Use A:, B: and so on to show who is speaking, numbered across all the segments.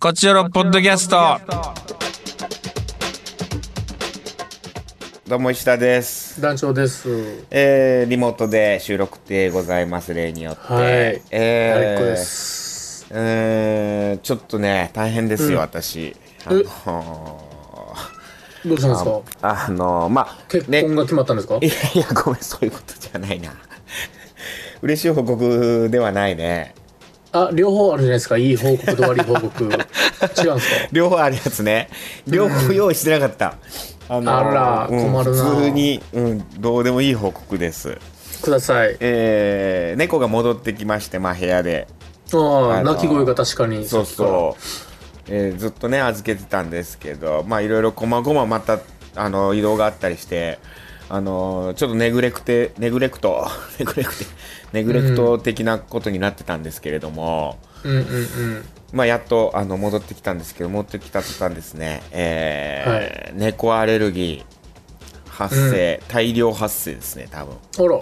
A: こちらのポッドキャスト。
B: どうも石田です。
C: 団長です。
B: えー、リモートで収録でございます例によって。
C: はい
B: え
C: 最高
B: ー、
C: です。
B: えーちょっとね大変ですよ、私。あ
C: え
B: の
C: どうしたんですか
B: ー、あのー、まあ
C: 結
B: ね
C: 婚が決まったんですか、
B: いやいやごめんそういうことじゃないな。嬉しい報告ではないね。
C: あ、両方あるじゃないですか。いい報告と悪い 報告。違うんですか
B: 両方あるやつね両方用意してなかった、あの
C: あら
B: うん
C: 困るな
B: 普通に、うん、どうでもいい報告です
C: ください。
B: えー、猫が戻ってきまして、まあ、部屋で
C: ああ、
B: あの
C: 鳴き声が確かに。
B: そうそう、えーずっとね預けてたんですけどまあいろいろこまごままたあの移動があったりしてあのちょっとネグレクテネグレクト ネグレクテネグレクト的なことになってたんですけれども、
C: う。うんうんうん。
B: まあ、やっとあの戻ってきたんですけど戻ってきた途端ですね、えー猫アレルギー発生、大量発生ですね多分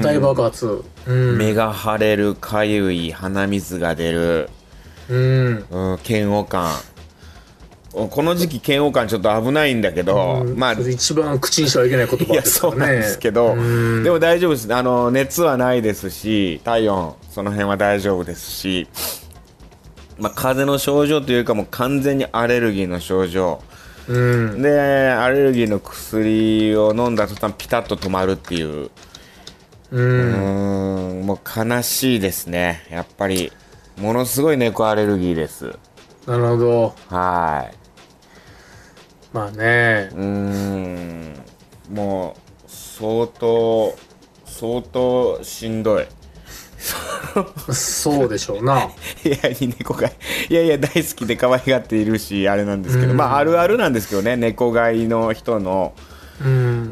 C: あら、大爆発。うん。
B: 目が腫れるかゆい鼻水が出る、
C: うん。
B: うん、嫌悪感おこの時期嫌悪感ちょっと危ないんだけど、まあ
C: それ一番口にしてはいけない言
B: い
C: 葉
B: や
C: ですか
B: そ
C: ら
B: うな
C: ね。
B: んですけど、
C: うん
B: でも大丈夫ですあの熱はないですし体温その辺は大丈夫ですし、まあ、風邪の症状というかもう完全にアレルギーの症状
C: うん。
B: でアレルギーの薬を飲んだ途端ピタッと止まるっていう
C: うん。
B: うーんもう悲しいですねやっぱりものすごい猫アレルギーです
C: なるほど。
B: はい
C: まあね。
B: うーんもう相当相当しん どい
C: そうでしょうな。
B: 部屋に猫がいやいや大好きで可愛がっているしあれなんですけどまああるあるなんですけどね猫飼いの人の
C: うん。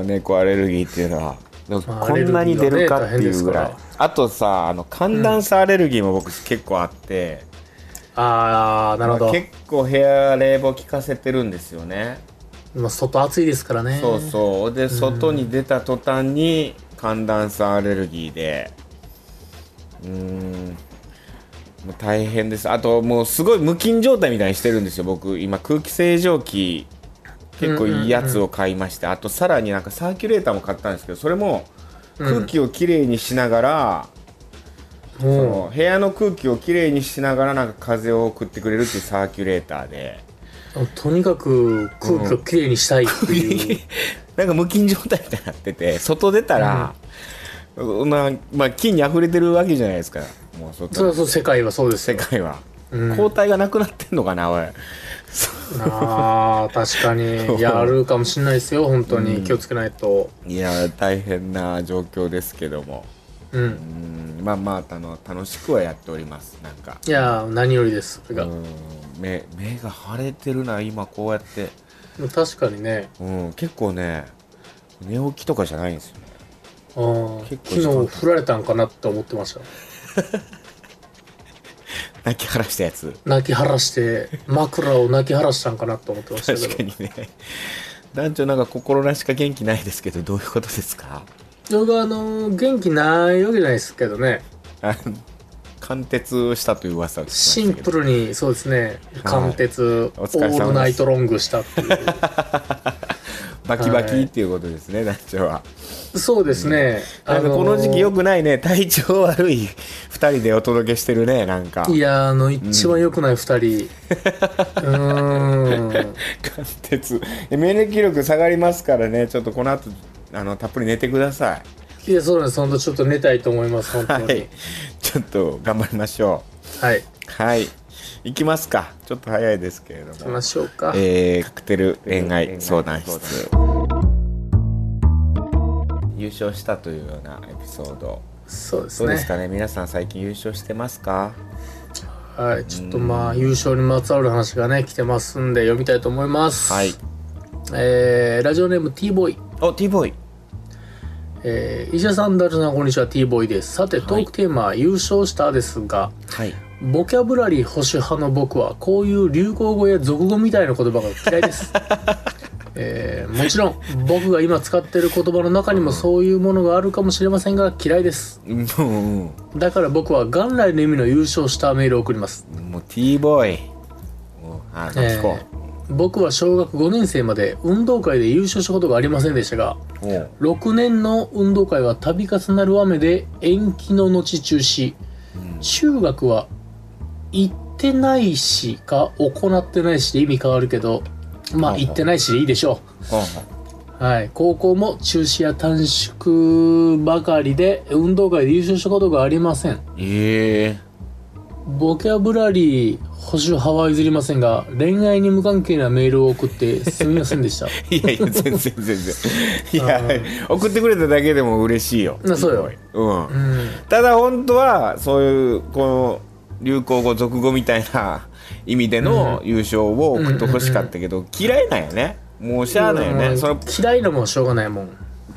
B: うん猫アレルギーっていうのはでも
C: まあ
B: こんなに出るかっていうぐら
C: アレルギーはね大変
B: い
C: です
B: あとさあの寒暖差アレルギーも僕結構あって、
C: ああ、なるほど。
B: 結構部屋冷房効かせてるんですよね
C: まあ、外暑いですからね。
B: そうそうで外に出た途端に寒暖差アレルギーでうーんもう大変ですあともうすごい無菌状態みたいにしてるんですよ僕今空気清浄機結構いいやつを買いまして、あとさらになんかサーキュレーターも買ったんですけどそれも空気をきれいにしながら、
C: う
B: そ
C: ん。
B: の部屋の空気をきれいにしながらなんか風を送ってくれるっていうサーキュレーターで。
C: とにかく空気をきれいにしたいっていう、
B: なんか無菌状態みたいになってて外出たら、まあ、まあ菌に溢れてるわけじゃないですかもう
C: それ
B: 外
C: はそう世界はそうです
B: 世
C: よ
B: 界は、
C: うん
B: 抗体がなくなってんのかなおい
C: あー確かにいやあるかもしれないですよ本当に、気をつけないと
B: いや大変な状況ですけども
C: うん
B: うんまあまああの楽しくはやっておりますなんか
C: いやー何よりですそれ
B: う
C: が、
B: ん目目が腫れてるな今こうやって、
C: 確かにね
B: うん、結構ね寝起きとかじゃないんですよね
C: あー
B: 結構時間
C: 昨日振られたんかなって思ってました
B: 泣き晴らしたやつ
C: 泣き晴 らして枕を泣き晴らしたんかなって思ってました
B: 確
C: け
B: かにね団長なんか心なしか元気ないですけどどういうことですか
C: ど僕はあのー元気ないわけじゃないですけどね
B: あの貫徹したという噂を聞きました
C: シ
B: け
C: ン
B: ど
C: プルにそうですね貫徹、
B: お
C: オ
B: 疲れ様です
C: ールナイトロングしたっていう
B: バキバキっていうことですね、団長は
C: そうですね。
B: なんかこの時期よ
C: く。
B: くないね体調悪い2人でお届けしてるねなんか
C: いや、あの、一番良くない二人。うーん。
B: 貫徹免疫力下がりますからねちょっとこの後あのたっぷり寝てくださ
C: いや、そうなんです。本当ちょっと寝たいと思います。本
B: い
C: 当
B: は
C: に。
B: いちょっと頑張りましょ
C: はい。
B: うはい行きますかちょっと早いですけれど
C: 行き
B: も
C: ましょうか。
B: えーカクテル恋愛相談室優勝したというようなエピソード
C: そうです
B: どう
C: ね。
B: ですかね皆さん最近優勝してますか
C: はい。ちょっとまあ、優勝にまつわる話がね、来てますんで、読みたいと思います。
B: はい。
C: えー、ラジオネーム T ボーイ。
B: お T ボーイ
C: えー、医者さん、ダルさん、こんにちは。T ボーイです。さて、トークテーマ、優勝したですが、
B: はい
C: ボキャブラリー保守派の僕はこういう流行語や俗語みたいな言葉が嫌いですえーもちろん僕が今使ってる言葉の中にもそういうものがあるかもしれませんが嫌いです
B: うんうん
C: だから僕は元来の意味の優勝したメールを送ります
B: うんもう T ボーイもうあの聞こ
C: えー僕は小学5年生まで運動会で優勝したことがありませんでしたが
B: う、おう
C: 6年の運動会は度重なる雨で延期の後中止、中学は行ってないしか行ってないしで意味変わるけどまあ
B: はいはい
C: 行ってないしでいいでしょ
B: おう
C: う、はい、高校も中止や短縮ばかりで運動会で優勝したことがありません
B: ええ
C: ボキャブラリー保守派は譲りませんが恋愛に無関係なメールを送ってすみませんでした
B: いやいや全然全然いや送ってくれただけでも嬉しいよ
C: なそうよ
B: すごいうん
C: うん
B: ただ本当はそういうこの流行語俗語みたいな意味での優勝を送ってほしかったけど嫌いなんよねもうしゃあないよ
C: う
B: ね
C: ん
B: その
C: 嫌いなもんしょうがないもん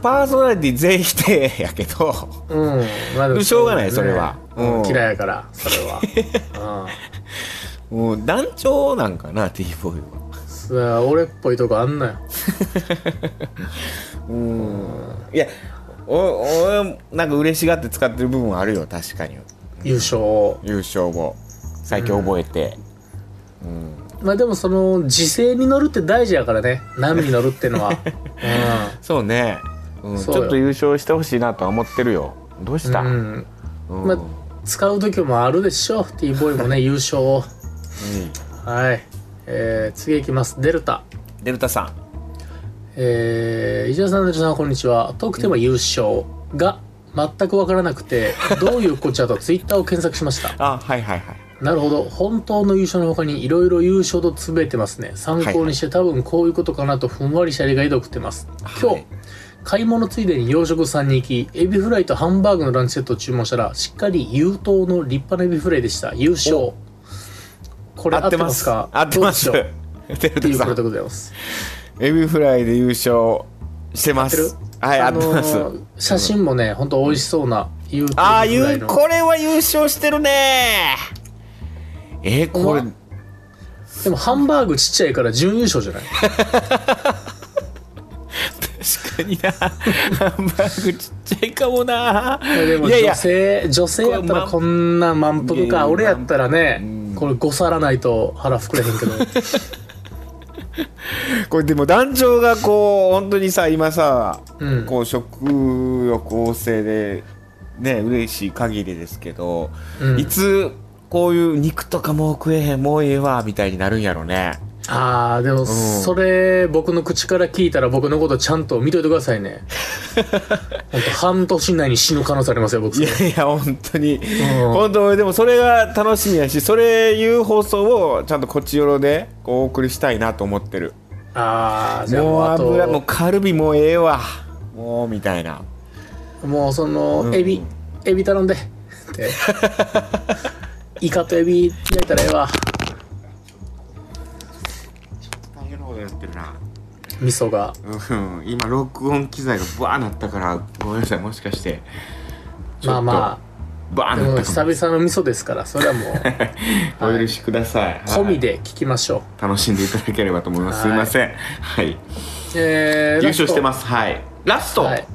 B: パーソナリティ全否定やけど
C: うん、まあでも
B: しょうがないそれは
C: そうだね
B: うん
C: 嫌いやからそれは、
B: もう団長なんかな T ボーイは
C: うん、それは俺っぽいとこあんのよ
B: いやお俺なんか嬉しがって使ってる部分はあるよ確かに
C: 優勝を
B: 優勝を最近覚えて、
C: まあでもその時勢に乗るって大事やからね波に乗るって のは
B: そうね、うん、ち
C: そうよ
B: ょっと優勝してほしいなとは思ってるよどうし
C: う
B: た、
C: ん、うん
B: うん
C: まあ使う時もあるでしょ T ボーイも ね優勝をはい、えー、次いきますデルタ
B: デルタさん
C: えー、伊沢さん、成田さん、こんにちは。トークテーマ優勝が全くわからなくて、どういうこっちゃとツイッターを検索しました。
B: あはいはいはい
C: なるほど本当の優勝の他にいろいろ優勝とつぶれてますね参考にして、多分こういうことかなとふんわりしたりがいで送ってます今日、
B: はい
C: 買い物ついでに洋食さんに行きエビフライとハンバーグのランチセットを注文したらしっかり優等の立派なエビフライでした優勝これ合ってますか
B: 合ってます
C: どうでしょう
B: デ
C: ってい
B: ル
C: う
B: タ
C: こ
B: さ
C: とで
B: ん
C: ございます
B: エビフライで優勝してます
C: 合
B: はい合
C: あ
B: って
C: の
B: ます、
C: ー写真もね本当美味しそうな優等
B: ああ
C: エビ
B: い
C: フライ
B: う
C: の
B: これは優勝してるねえー、これ
C: うまでもハンバーグちっちゃいから準優勝じゃない
B: 確かになハンバーグちっちゃいかもな
C: でも
B: いやいや
C: 女性女性やったらこんな満腹
B: いやいや
C: か俺やったらね
B: うん
C: これ5皿ないと腹膨れへんけど
B: これでも団長がこう本当にさ今さ、
C: うん
B: こう食欲旺盛でね嬉しい限りですけど、
C: うん
B: いつこういう肉とかもう食えへんもうええわみたいになるんやろね
C: ああでもそれ僕の口から聞いたら僕のことちゃんと見といてくださ いね本当半年以内に死ぬ可能性ありますよ僕
B: いやいや本当に、
C: ん
B: 本当でもそれが楽しみやしそれいう放送をちゃんとこっちよろでこうお送りしたいなと思ってる
C: ああじゃあ
B: も
C: も
B: う
C: うあ
B: 油もう
C: と
B: カルビもうええわもうみたいな
C: もうその
B: ん
C: エビエビ頼んでって イカとエビ焼いたらええわ
B: 大変なことやってるな
C: 味噌が
B: うん、今録音機材がバーなったからごめんなさいもしかして
C: まあま
B: バ
C: あ
B: ー
C: で
B: な
C: も
B: った
C: 久
B: かも
C: 々の味噌ですからそれはもう
B: お許しください、はい
C: 込みで聞きましょ
B: 楽しんでいただければと思いますすいませんはい、
C: う。えー、
B: 優勝して
C: す。
B: ますはいラスト、
C: はい。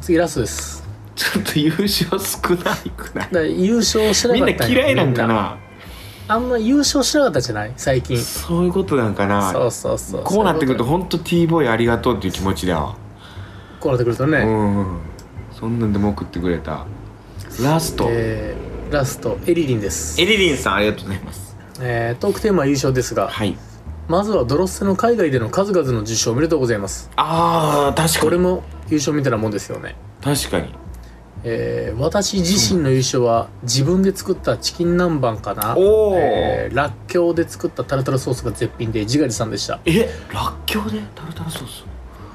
C: 次ラストです。
B: ちょっと優勝少ないくない
C: だから優勝してな
B: みん
C: か
B: な
C: ったよ
B: 嫌いなんかな
C: みあんま優勝してなかったじゃない最近。
B: そういうことなんかな
C: そうそうそう。
B: こうなってくると
C: そういう
B: 本当 T ボーイありがとうっていう気持ちだよ
C: ことこうなってくるとね。
B: うんそんなんでも送ってくれたラスト、
C: えー、ラストエリリンです、
B: エリリンさんありがとうございます
C: えー、トークテーマは優勝ですが
B: はい
C: まずはドロッセの海外での数々の受賞おめでとうございます
B: あー確か
C: こ
B: に
C: れも優勝みたいなもんですよね、
B: 確かに
C: えー、私自身の優勝は自分で作ったチキン南蛮かな
B: おー
C: えー、らっきょうで作ったタルタルソースが絶品でジガリさんでした
B: えらっきょうでタルタルソース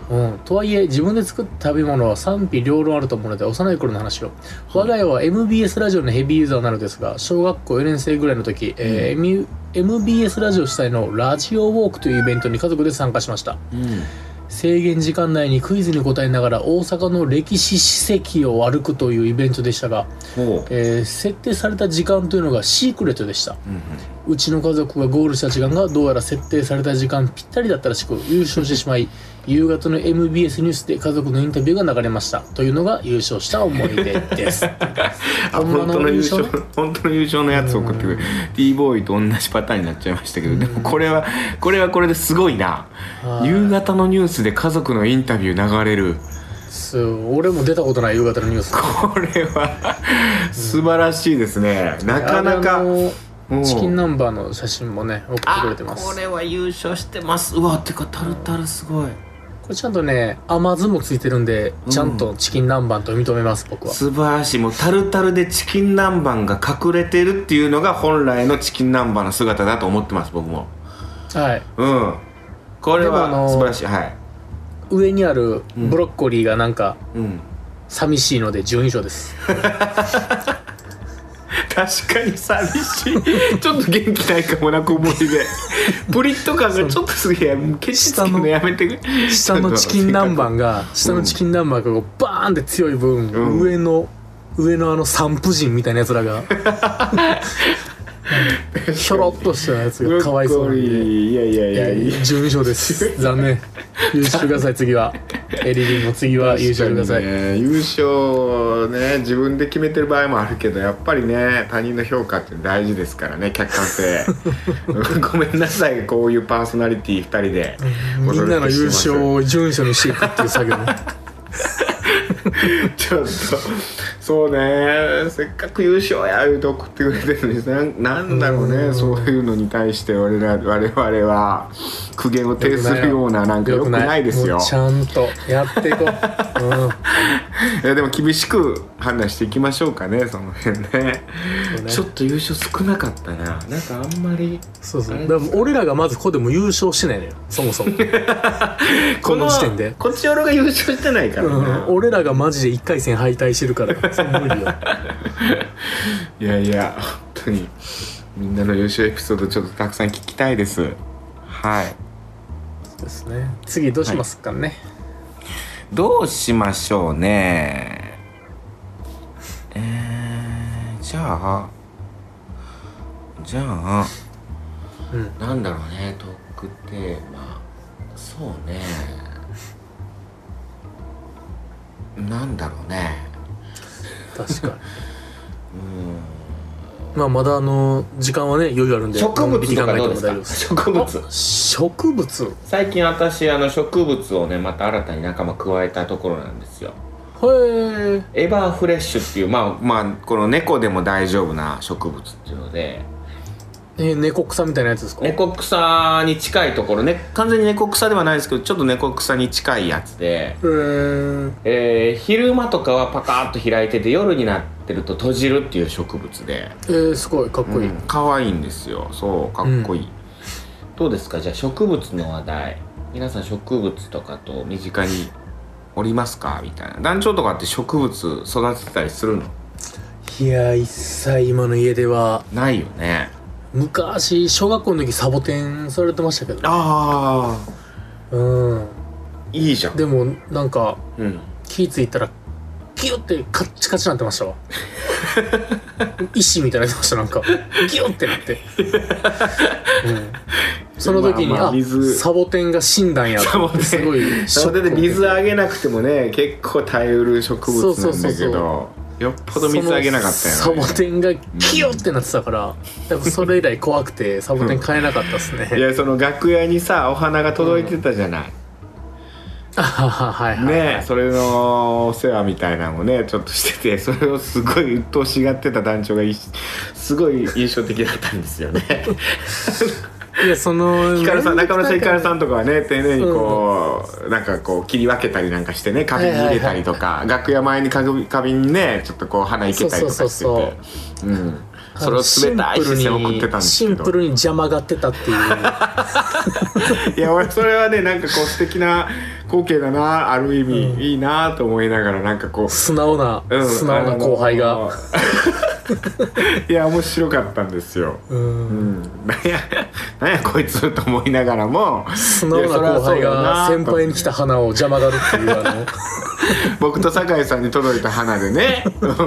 C: うん、とはいえ自分で作った食べ物は賛否両論あると思うので幼い頃の話を我が家は MBS ラジオのヘビーユーザーなのですが小学校4年生ぐらいの時、えー M- MBS ラジオ主催のラジオウォークというイベントに家族で参加しました
B: うん
C: 制限時間内にクイズに答えながら大阪の歴史史跡を歩くというイベントでしたが、
B: ほう
C: えー設定された時間というのがシークレットでした
B: うんうん
C: うちの家族がゴールした時間がどうやら設定された時間ぴったりだったらしく優勝してしまい夕方の MBS ニュースで家族のインタビューが流れましたというのが優勝した思い出です
B: あ本当の優勝本当の優勝のやつ送ってくる t ボーイと同じパターンになっちゃいましたけどでもこれはこれはこれですごいな
C: はい
B: 夕方のニュースで家族のインタビュー流れる
C: そう俺も出たことない夕方のニュース
B: これは素晴らしいですねなかな
C: あ
B: か
C: の
B: うん
C: チキンナンバーの写真もね送ってくれてます
B: あこ
C: これ
B: れは優勝してますうわてかタルタルすごい
C: ちゃんとね甘酢もついてるんでちゃんとチキン南蛮と認めます僕は、
B: 素晴らしいもうタルタルでチキン南蛮が隠れてるっていうのが本来のチキン南蛮の姿だと思ってます僕も
C: はい
B: うんこれ
C: でもあ
B: は
C: の
B: 素晴らしいはい
C: 上にあるブロッコリーがなんか
B: うん
C: 寂しいので準優勝 です、
B: 確かに寂しいちょっと元気ないかもな小盛り でプリッと感がちょっとすげえもうケチつけるのやめてくれ
C: 下のチキン南蛮が下のチキン南蛮がこうバーンって強い分、
B: うん
C: 上の上のあの散布人みたいなやつ らがひょろっとしたやつがかわいそうな
B: ブ
C: ん
B: ロッコ
C: で
B: リーいやいやいやいや
C: 準優 勝です残念優勝してください次はエリリンの次は優勝してください、
B: ね、優勝ね自分で決めてる場合もあるけどやっぱりね他人の評価って大事ですからね客観 性ごめんなさいこういうパーソナリティ2人で
C: みんなの優勝
B: お
C: を準優勝にしていくっていう作業
B: 届けしてますちょっとそうねせっかく優勝や言うと送ってくれてるのになんなんだろうね
C: うん
B: そういうのに対して俺ら我々は苦言を呈するようななんかよくないですよ
C: もうちゃんとやってい こう、うん
B: いやでも厳しく判断していきましょうかねその辺ね
C: そうね
B: ちょっと優勝少なかったななんかあんまり
C: そうそうだからもう俺らがまずここでもう優勝してないのよそもそ もこの時点で
B: こっちよろが優勝してないからね、
C: うん、俺らがマジで1回戦敗退してるからそれ無理よ
B: いやいや本当にみんなの優勝エピソードちょっとたくさん聞きたいですはい
C: そうですね次どうしますかね、
B: どうしましょうねえー、じゃあじゃあ
C: うん
B: なんだろうねトークテーマそうねなんだろうね
C: 確かにまあまだあの時間はね余裕あるんで
B: 植
C: のんび
B: 物
C: り
B: と
C: 考
B: か
C: えて
B: どう
C: も
B: で
C: 大
B: す
C: 丈夫
B: か
C: です
B: 植物
C: 植物
B: 最近私あの植物をねまた新たに仲間加えたところなんですよ
C: へえ
B: エバーフレッシュっていうまあまあこの猫でも大丈夫な植物っていうので
C: え猫草みたいなやつですか
B: 猫草に近いところね完全に猫草ではないですけどちょっと猫草に近いやつで
C: へー
B: えー昼間とかはパカーッと開いてて夜になってると閉じるっていう植物で
C: えー、すごいかっこいい、
B: うん可愛いんですよそうかっこいい、どうですかじゃあ植物の話題皆さん植物とかと身近におりますかみたいな団長とかって植物育ててたりするの
C: いや一切今の家では
B: ないよね
C: 昔小学校の時サボテンされてましたけど
B: ああ
C: うん
B: いいじゃん
C: でもなんか
B: うん
C: 気ぃついたらギュってカッチカチなってました わ石みたいになってましたなんかギュってなって、うん、その時に、
B: まあ
C: あ
B: まあ水
C: サボテンが死んだんや
B: サボテン
C: すごい ショ
B: そ
C: ック
B: れ
C: を
B: で
C: 受けて
B: 水あげなくてもね結構耐えうる植物なんだけ
C: そうそうそう
B: どよっぽど水あげなかった
C: そ
B: よ
C: の
B: ね
C: サボテンがキヨってなってたから、多分それ以来怖くてサボテン買えなかったです
B: い
C: ね
B: やその楽屋にさお花が届いてたじゃない、
C: あはははいはい、
B: ねそれのお世話みたいなのをねちょっとしててそれをすごい鬱陶しがってた団長がいすごい印象的だったんですよね
C: いやその
B: ひかるさん中村さんひかる
C: ん
B: さんとかはね丁寧にこう、なんかこう切り分けたりなんかしてね花瓶に入れたりとか、楽屋前に花瓶花瓶にねちょっとこう花いけたりとかして
C: そうそう
B: てうんそれを冷たい視線を送ってたんです
C: シ
B: け
C: ンプ
B: ど
C: ルに邪魔がってたっていう
B: いや俺それはねなんかこう素敵な光景だなある意味、いいなと思いながらなんかこう
C: 素直な、
B: うん
C: 素直な後輩
B: あの
C: が、
B: ーいや面白かったんですよ、
C: うん
B: うん、なんや何やこいつと思いながらも
C: 素直な後輩が先輩に来た花を邪魔がるっていうあの
B: 僕と酒井さんに届いた花でね、うん、こ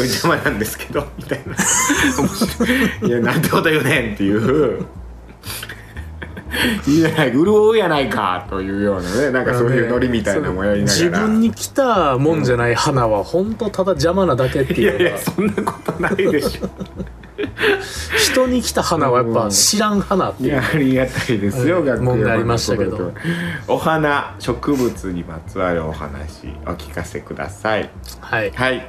B: れ邪魔なんですけどみたいな面白いいやなんてこと言うねんっていういいじゃない潤うやないかというようなねなん かそういうノリみたいなのもやりながら、
C: 自分に来たもんじゃない花は本当ただ邪魔なだけって
B: い
C: いう
B: やい
C: のが
B: やそんなことないでしょ
C: 人に来た花はやっ
B: うん
C: ぱ知らん花って
B: い
C: いう
B: やありがたいですよ、
C: うん
B: 学園
C: 問題ありましたけど
B: のことでお花植物にまつわるお話お聞かせください
C: はい
B: はい